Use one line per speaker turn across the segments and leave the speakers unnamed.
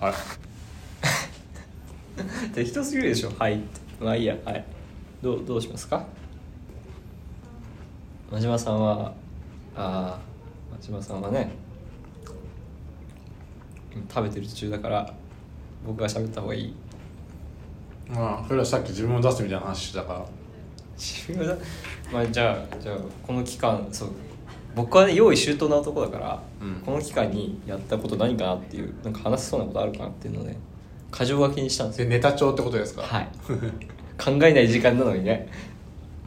はい適当すぎるでしょ「はい」ってまあいいやはいどうどうしますか真島さんはああ真島さんはね食べてる途中だから僕が喋った方がいい
まあそれはさっき自分を出すみたいな話してたから
自分がまあじゃあじゃあこの期間そう僕はね用意周到な男だから、
うん
この期間にやったこと何かなっていうなんか話せそうなことあるかなっていうので過剰書きにしたんです
で
よ
ネタ帳ってことですか
はい考えない時間なのにね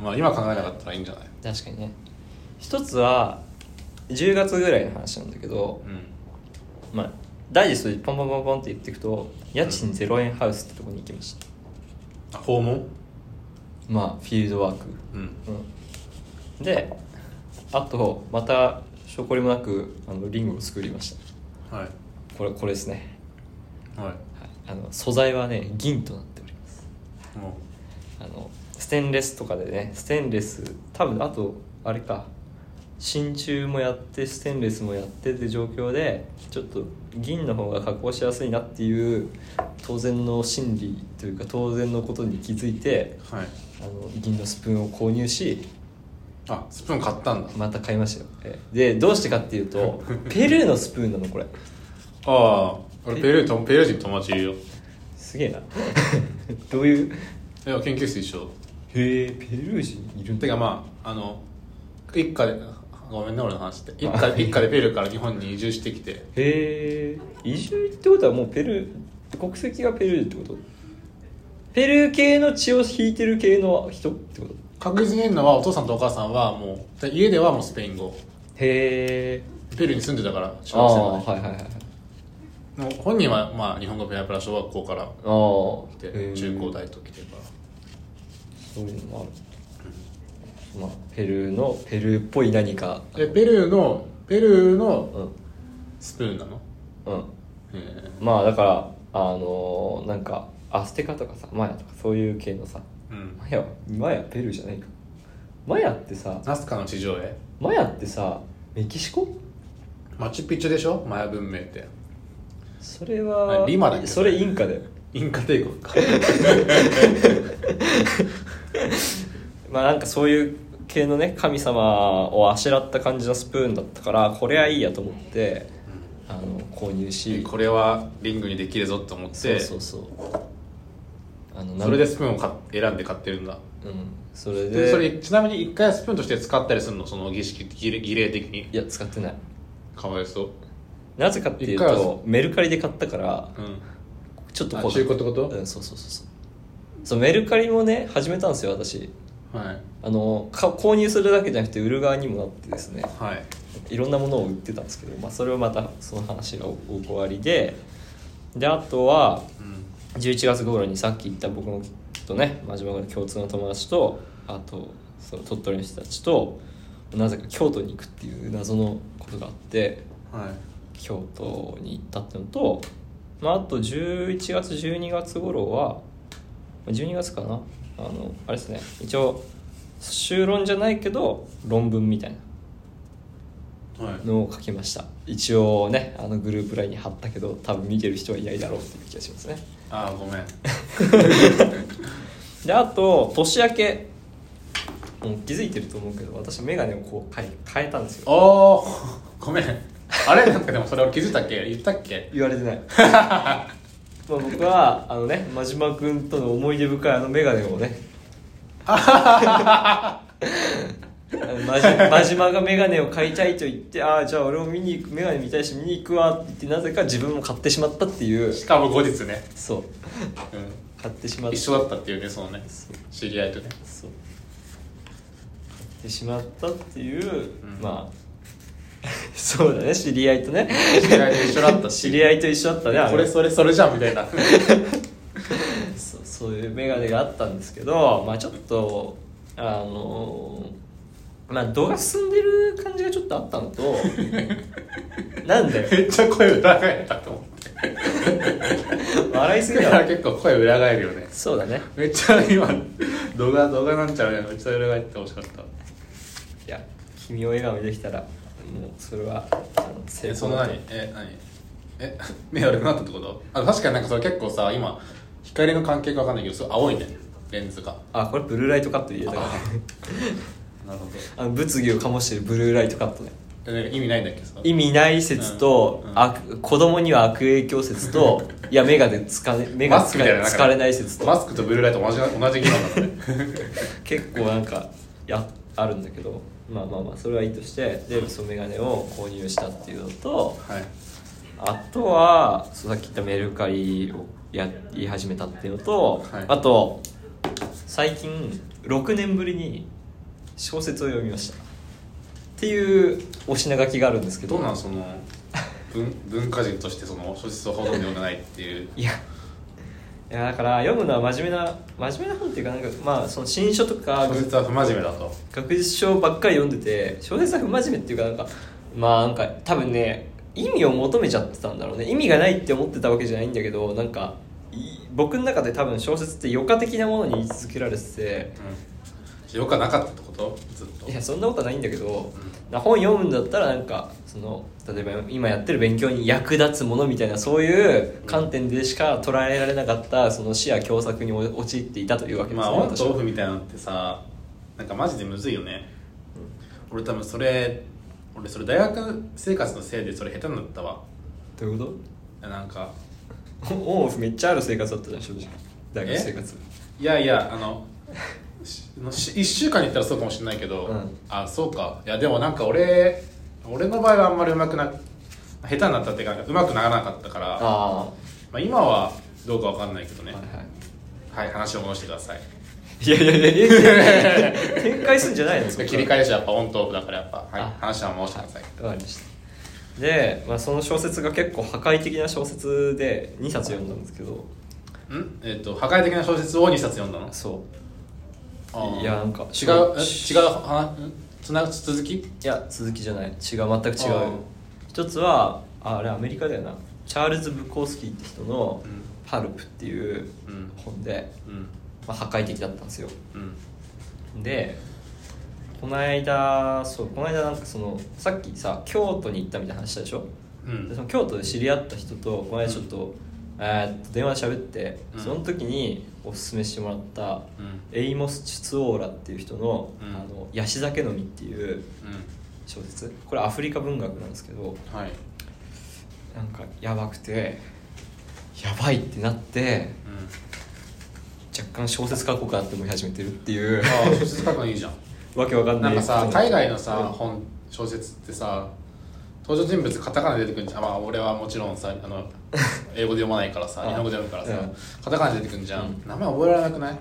まあ今考えなかったらいいんじゃない
確かにね一つは10月ぐらいの話なんだけど、
う
まあダイジェストでポンポンポンポンって言っていくと家賃0円ハウスってとこに行きました、
ん訪問
まあフィールドワーク
うん
うん、であとまたしょこりもなくあのリングを作りました
はい
これこれですね、
は
はい、あの素材はね銀となっております
いも
あのステンレスとかでねステンレス多分あとあれか真鍮もやってステンレスもやってって状況でちょっと銀の方が加工しやすいなっていう当然の心理というか当然のことに気づいて
うはい
あの銀のスプーンを購入し
あスプーン買ったんだ
また買いましたよえでどうしてかっていう とペルーのスプーンなのこれ
ああ俺ペルーとペルー人友達いるよ
すげえな どういうへ
いや研究室一緒
えペルー人いるん
て
だ
かまああの一家でごめんね俺の話って一
まあ
家一家でペルーから日本に移住してきて
へえ移住ってことはもうペルー国籍がペルーってことペルー系の血を引いてる系の人ってこと
確実に言うのはお父さんとお母さんはもうで家ではもうスペイン語
へえ
ペルーに住んでたから
あ
小学生ま
あ
で
はいはいはい
もう本人はまあ日本語ペラペラ小学校から
ああ
来て中高大と来てるか
そういうのもある、まあ、ペルーのペルーっぽい何から
でペルーのペルーの
うん
スプーンなの
うん
え
まあだからあのーなんかアステカとかさマヤとかそういう系のさ
えうん
マヤマヤペルーじゃないかマヤってさ
ナスカの地上絵
マヤってさメキシコ
マチュピチュでしょマヤ文明って
それは
あリマだっけ
それインカだよ
インカ帝国か
まあなんかそういう系のね神様をあしらった感じのスプーンだったからこれはいいやと思ってあの購入 し
これはリングにできるぞと思ってそ
そうそうそうあのなん
れでスプーンを買っ選んで買ってるんだ
うんそれで
でそれちなみに一回スプーンとして使ったりするのその儀式儀礼儀礼的に
いや使ってない
かわいそう
なぜかってい
一
う
回は
とメルカリで買ったから
うん
ちょっと
あ
高
中
価
古ってこと
うん、そうそうそうそうそうメルカリもね始めたんですよ私
はい
あのか購入するだけじゃなくて売る側にもなってですね
はい
いろんなものを売ってたんですけど、まあ、それをまたその話がおお終わりでであとは
うん
11月頃にさっき言った僕のとね真島君の共通の友達とあとその鳥取の人たちとなぜか京都に行くっていう謎のことがあって
はい
京都に行ったってのと、まあ、あと11月12月頃はまあ12月かなあのあれですね一応修論じゃないけど論文みたい
はい
なのを書きました一応ねあのグループラインに貼ったけど多分見てる人はいないだろうっていう気がしますね
ああごめん
であと年明けもう気づいてると思うけど私眼鏡をこう変え変えたんですよ
おお ごめんあれなんかでもそれ俺気づいたっけ言ったっけ
言われてない まあ僕はあのね真島君との思い出深いあの眼鏡を ね真島真島が眼鏡を買いたいと言ってああじゃあ俺も見に行く眼鏡見たいし見に行くわって言ってなぜか自分も買ってしまったっていう
しかも後日ね、
そう
う
買ってしまっ
ん、
た
一緒だったっていうねそのね
そう
知り合いとね
そう買ってしまったっていう、
うん
まあ そうだね知り合いとね
知り合いと一緒だったし
知り合いと一緒だったねあれ
これそれそれじゃんみたいな
そうそういう眼鏡があったんですけどまあちょっとあのまあ度が進んでる感じがちょっとあったの となんで
めっちゃ声裏返ったと思って
笑いすぎ
だか
だ
ら
ろ
結構声裏返るよね
そうだね
めっちゃ今動画動画なんちゃうねめっちゃ裏返ってほしかった
いや君を笑顔にできたらもうそれはあの成
えそ
功
の
だと
何え何え 目悪くなったってことあ確かになんかそれ結構さ今光の関係かわかんないけどすごい青いねレンズが
あこれブルーライトカット入れたから ね
なるほ
あの物議を醸してるブルーライトカットね
どえ意味ないんだっけさ
意味ない説と、
うんうん
悪子供には悪影響説といや目がでつか ね目が
マス
つ
ク
か
みたいななんか
疲れない説と
マスクとブルーライト同じ同じ議論なん だね
結構なんかやあるんだけどまあまあまあそれはいいとしてでそのメガネを購入したっていうのと
はい
あとはそうさっき言ったメルカリをやり始めたっていうのと、
はい
あと最近6年ぶりに小説を読みましたっていうお品書きがあるんですけど
どうなんその文文化人としてその小説をほとんど読んでないっていう
いやいやだから読むのは真面目な真面目な本っていうかなんかまあその新書とか
小説は不真面目だと
学術書ばっかり読んでて小説は不真面目っていうかなんかまあなんか多分ね意味を求めちゃってたんだろうね意味がないって思ってたわけじゃないんだけどなんかい僕の中で多分小説って余暇的なものに位置づけられてて
うんよくはなかったってことずっと
いやそんなことはないんだけどな本読むんだったらなんかその例えば今やってる勉強に役立つものみたいなそういう観点でしか捉えられなかったその視野狭窄に陥っていたというわけです
ま
ね
あオン
私
と
は
オフみたいなのってさなんかマジでむずいよね、俺多分それ俺それ大学生活のせいでそれ下手になったわ
どういうこ
なんか
とオンオフめっちゃある生活だったじゃん正直大学生活
いやいやあの1週間に行ったらそうかもしれないけど、
うん
あそうかいやでもなんか俺俺の場合はあんまりうまくな下手になったっていうかうまくならなかったから
あ
まあ、今はどうかわかんないけど
あ
ね
はいは
はい話を戻してください
いいやいやいやいやいや展開すんじゃないのそこ
切り替えしやっぱオンとオフだからやっぱ、はい
あ、
話は戻してください
わかりましたで、まあ、その小説が結構破壊的な小説で2冊読んだんですけど
んえっ、と破壊的な小説を2冊読んだの
そう
あー
いやなんか
違うえ違う話んつな続き
いや続きじゃない違う全く違
あ
う一つはああれアメリカだよなチャールズ・ブコースキーって人の
うん
「パルプ」っていう
うん
本で、
うん
まあ、破壊的だったんですよ
うん
でこの間そうこの間なんかそのさっきさ京都に行ったみたいな話したでしょ
う
で
ん
その京都で知り合った人とこの間ちょっと,、えーっと電話で喋って
うん
その時におすすめしてもらった
うん
エイモス・チュツオーラっていう人の「
うん
あのヤシ酒飲み」っていう小説これアフリカ文学なんですけど
うんはい
なんかやばくてやばいってなって
うん
若干小説書こうかなって思い始めてるっ てい
あ
う
あ小説書くのいいじゃん
わけわかんな
ないんかさ海外のさ、
うん
本小説ってさ登場人物カタカナで出てくるんじゃんまあ俺はもちろんさあ の英語で読まないからさ
あ
日本語で読むからさ、
うん
カタカナで出てくるんじゃん、
うん
名前覚えられなくない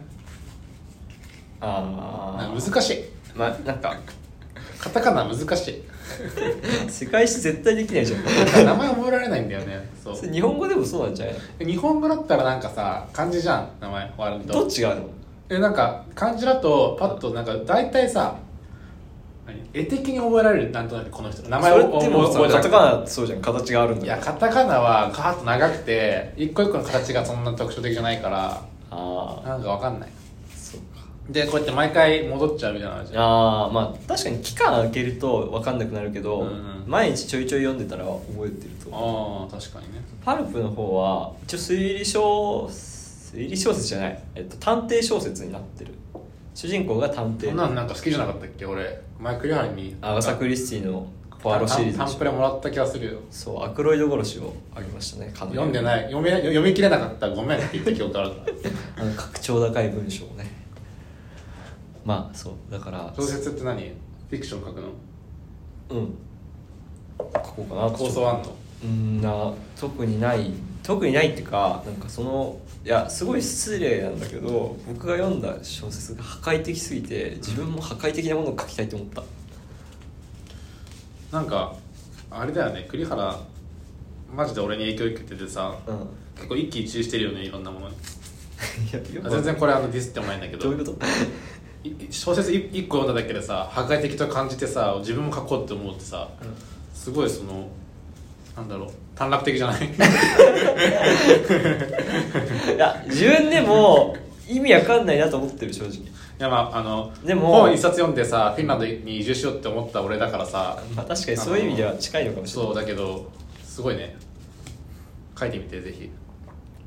あ
なんか難しい
あまなんか
カタカナ難し い
世界史絶対できないじゃん
なんか名前覚えられないんだよねそ
それ
う
日本語でもそうなんじゃない
日本語だったらなんかさ漢字じゃん名前割
どっ
と
ちがあるの
えなんか漢字だとパッとなんか大体さ何絵的に覚えられるなんとなくこの人の名前
それ
を
ってもう
覚え
さ
覚え
カタ
た
カナそうじゃん形があるん
い
だ
や
から
カタカナはガーッと長くて一個一個の形がそんな特徴的じゃないから
ああ
なんかわかんない
そうか
でこうやって毎回戻っちゃうみたいな感じ
あーまあ確かに期間空けると分かんなくなるけど、
うんうん
毎日ちょいちょい読んでたら覚えてると
ああ確かにね
パルプの方は一応推理小推理小説じゃない、えっと、探偵小説になってる主人公が探
そ
偵
んなのなんか好きじゃなかったっけ俺前栗原に
アガサ・クリスティのポアロシリーズ
タ
で
ン
し
プレもらった気がするよ
ょそうアクロイド殺しをあげましたね
読んで
い
ない読み読み切れなかったごめんって言った記憶ある
あの格調高い文章をねまあそうだから
小説って何フィクション書くの
うん書こうかな
構想あんの
うんな特にない特にないっていうかなんかそのいやすごい失礼なんだけど僕が読んだ小説が破壊的すぎて自分も破壊的なものを書きたいと思った
なんかあれだよね栗原マジで俺に影響受けててさ
うんい
結構一喜一憂してるよねいろんなものに
やよく
全然これあのディスってもないんだけ
ど
ど
ういうこと
い小説い一個読んだだけでさ破壊的と感じてさ自分も書こうって思うってさすごいそのなんだろう短絡的じゃない
いや自分でも意味わかんないなと思ってる正直
いやまああの
でも
本一冊読んでさフィンランドに移住しようって思った俺だからさ
まあ確かにそういう意味では近いのかもしれない
そうだけどすごいね書いてみてぜひ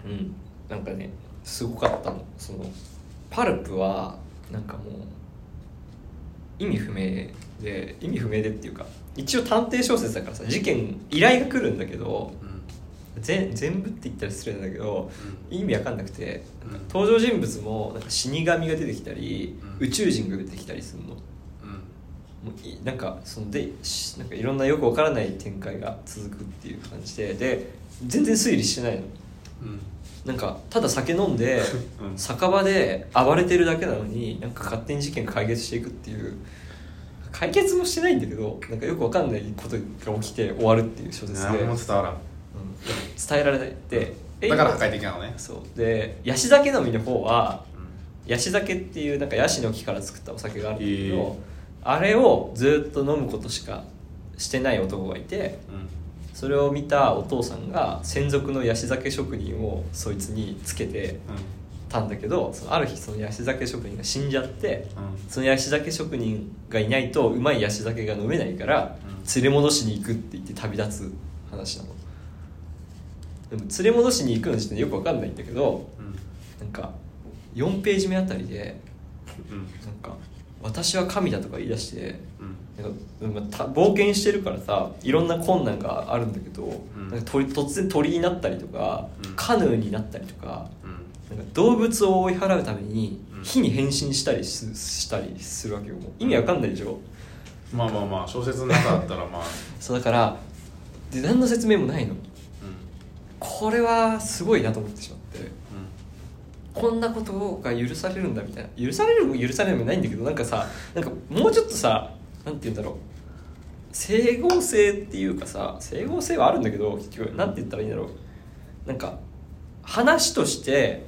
うんなんかねすごかったのそのパルプはなんかもう意味不明で意味不明でっていうか一応探偵小説だからさ事件依頼が来るんだけど
うん
ぜ全部って言ったら失礼なんだけど
うん
意味わかんなくて
うん
登場人物もなんか死神が出てきたり、
うん
宇宙人が出てきたりするの。
うん
もういなんかそのでしなんかいろんなよくわからない展開が続くっていう感じでで全然推理してないの
うん
なんかただ酒飲んで、
うん
酒場で暴れてるだけなのになんか勝手に事件解決していくっていう解決もしてないんだけどなんかよくわかんないことが起きて終わるっていう小説で、
何
うん
も伝わ
伝えられないで
らんだから破壊的なのね
そうでヤシ酒飲みの方は
うん
ヤシ酒っていうなんかヤシの木から作ったお酒があるんだけど、
へえ
あれをずっと飲むことしかしてない男がいて
うん
それを見たお父さんが専属のヤシ酒職人をそいつにつけてたんだけどそのある日そのヤシ酒職人が死んじゃって
うんうん
そのヤシ酒職人がいないとうまいヤシ酒が飲めないから
うん
連れ戻しに行くって言って旅立つ話なのでも連れ戻しに行くの時点でよくわかんないんだけど
うん
なんか4ページ目あたりで
うん
なんか「私は神だ」とか言い出して
うん
なんかまあた冒険してるからさいろんな困難があるんだけど、
うん
なんか鳥突然鳥になったりとか、
うん
カヌーになったりとか
うん
なんか動物を追い払うために
うん
火に変身したりすしたりするわけよもう意味わかんないでしょ、
まあまあまあ小説の中だったらまあ
そうだからで何の説明もないの
うん
これはすごいなと思ってしまって
うん
こんなことが許されるんだみたいな許されるも許されるもないんだけどなんかさなんかもうちょっとさなんて言うんだろう整合性っていうかさ整合性はあるんだけど結局なんて言ったらいいんだろうなんか話として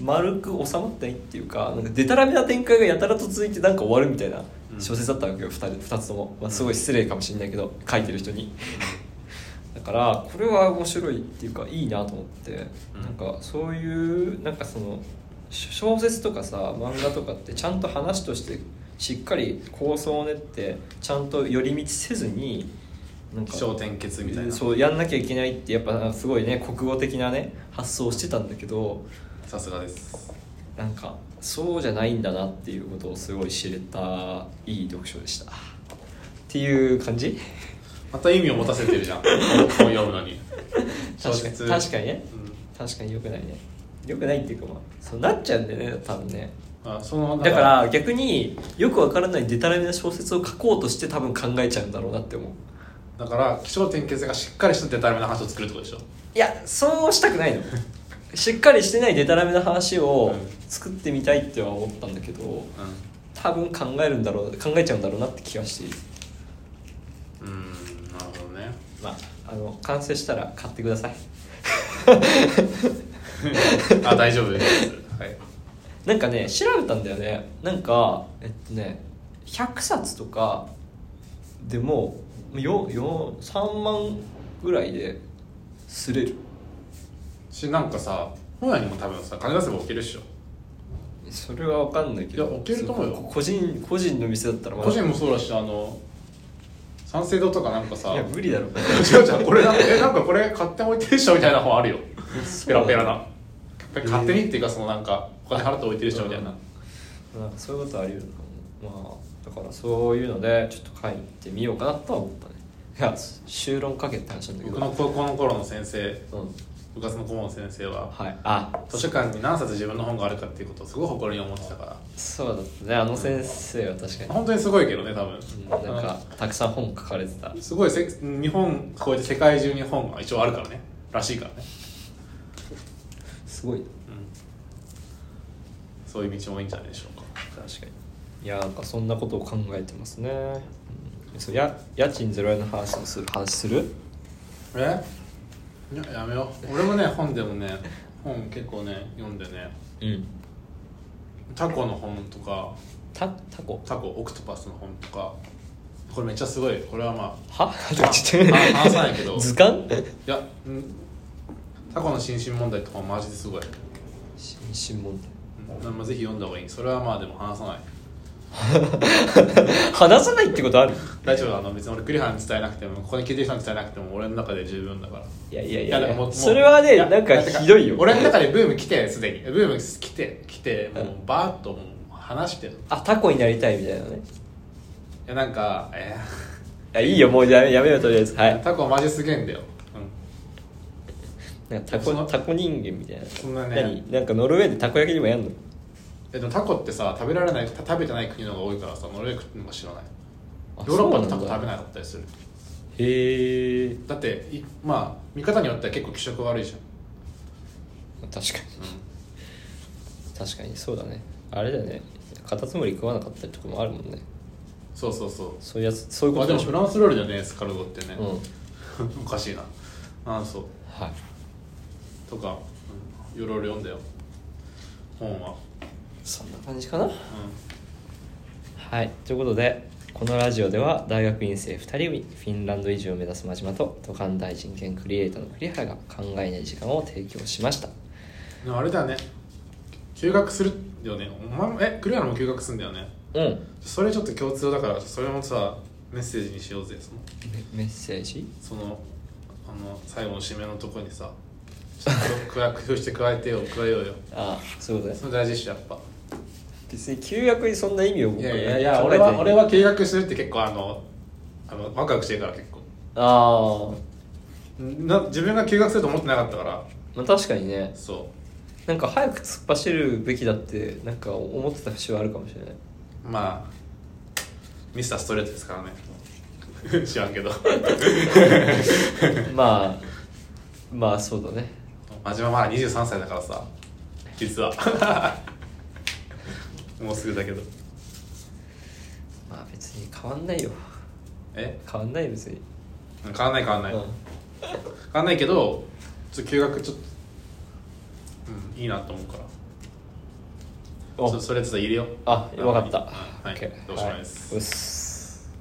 丸く収まってないっていうかなんかデタラメな展開がやたらと続いてなんか終わるみたいな
うん
小説だったわけよ 2, 人二つとも、まあ、すごい失礼かもしれないけど書いてる人に。だからこれは面白いっていうかいいなと思って、
うん
なんかそういうなんかそのし小説とかさ漫画とかってちゃんと話としてしっかり構想を練ってちゃんと寄り道せずになんか
気象転結みたいな
そうやんなきゃいけないってやっぱすごいね国語的なね発想をしてたんだけど
さすがです
なんかそうじゃないんだなっていうことをすごい知れたいい読書でした。っていう感じ
また意味を持たせてるじゃん本を読むのに小
確かに
説
確かにね
うん
確かに良くないね良くないっていうかまあそうなっちゃうんだよね多分ね
あその
だから逆によくわからないデタラメな小説を書こうとして多分考えちゃうんだろうなって思う
だから気象転結がしっかりしたデタラメな話を作るってことでしょ
いやそうしたくな いのしっかりしてないデタラメな話
う
を
ん
作ってみたいっては思ったんだけど多分考えるんだろう考えちゃうんだろうなって気がしている
うんうんなるほどね
まああの完成したら買ってください
あ大丈夫ですはい
なんかね調べたんだよねなんかえっとね100冊とかでもよよ3万ぐらいですれる
しなんかさ本屋にも多分さ金出せば置けるっしょ
それは分かんないけど
いや置けると思うよ
そう個人個人の店だったらまだ
個人もそうだしあの三省堂とかなんかさ
いや無理だろ
違う違うこれなんかえなんかこれ買って置いてるっしょみたいな本あるよペラペラな勝手にっていうかそのなんかお金払って置いてるっしょみたいな
なんかそういうことあり得るのかもまあだからそういうのでちょっと書いてみようかなとは思ったねいや修論書けって話なんだけど
僕の高校の頃の先生
うん
部活の顧問の先生は
はいあ
図書館に何冊自分の本があるかっていうことをすごい誇りに思ってたから
そうだったねあの先生は確かに
本当にすごいけどね多分
うんなんかたくさん本書かれてた
すごいせ日本こうやって世界中に本が一応あるからねらしいからね、
すごい
うん、そういう道もいいんじゃないでしょうか
確かにいやなんかそんなことを考えてますね、うん、そうや家賃ゼロ円の話をする話する
えいややめよう俺もね本でもね本結構ね読んでね
うん
タコの本とか
たタコ
タコオクトパスの本とかこれめっちゃすごいこれはま
は
ああ
ちょっと
あ話さないけど
図鑑
いやんタコの心身問題とかマジですごい、
心身問題
うんまあ、ぜひ読んだ方がいいそれはまあでも話さない
話さないってことある
大丈夫あの別に俺栗原に伝えなくてもここに聞いてる人に伝えなくても俺の中で十分だから
いやいやい
い
や
だからもうもう
それはいね
や
なんか
て
ひどいよ
俺の中でブーム来てすでにブーム来て来てもうバーッともう話してるい
あタコになりたいみたいなね
やなんかえ
いやいいよもうやめやめようとりあえずは
ー
い
タコマジすげえんだよ、うん
なんかタコ
その
タコ人間みたいな
そんなね
何なんかノルウェーでたこ焼きでもやんの
えでもタコってさ食べられないた食べてない国の方が多いからさノルウェー食ってるのか知らない
あ
ヨーロッパ
そ
の
う
タ
なん
コ
だ
食べなかったりする
へえ
だっていまあ見方によっては結構気色悪いじゃん、
確かに
う
確かにそうだねあれだよねカタツムリ食わなかったりとかもあるもんね
ん、そうそうそう
そういうやつそういうこ
あ
と
で
で
も
し
フ
ょ
ランス料理だねスカルゴってね、
うん
おかしいなあそう
はい
とか、うん、いろいろ読んだよ本は、
そんな感じかな
う
はいということでこのラジオでは大学院生2人組フィンランド移住を目指す真島と都関大人権クリエイターの栗原が考えない時間を提供しました
ん、でもあれだよね休学するよねお前もえクリアのも休学するんだよね
うん
それちょっと共通だからそれもさメッセージにしようぜその
メメッセージ
そのあの最後の締めのとこにさちょっと加工夫して加えてよ加えようよ
ああそういうことね
それ大事っしょやっぱ
別に休学にそんな意味を
い
僕は
や
考え
い
て
や
ない
や俺は俺は計画するって結構あのあのワクワクしてるから結構
ああ
な自分が休学すると思ってなかったから
まあ確かにね
そ
なんか早く突っ走るべきだってなんか思ってた節はあるかもしれないう
まあミスターストレートですからね 知らんけど
まあまあそうだね
真島まだ23歳だからさ実は もうすぐだけど
まあ別に変わんないよ
え
変わんないよ別に、
変わんない変わんない、
うん
変わんないけどちょっと休学ちょっとうんいいなと思うから
お
そそれちょっと入れよう
あ、わかった。
はい、
OK
どうしようもないです、
はうっす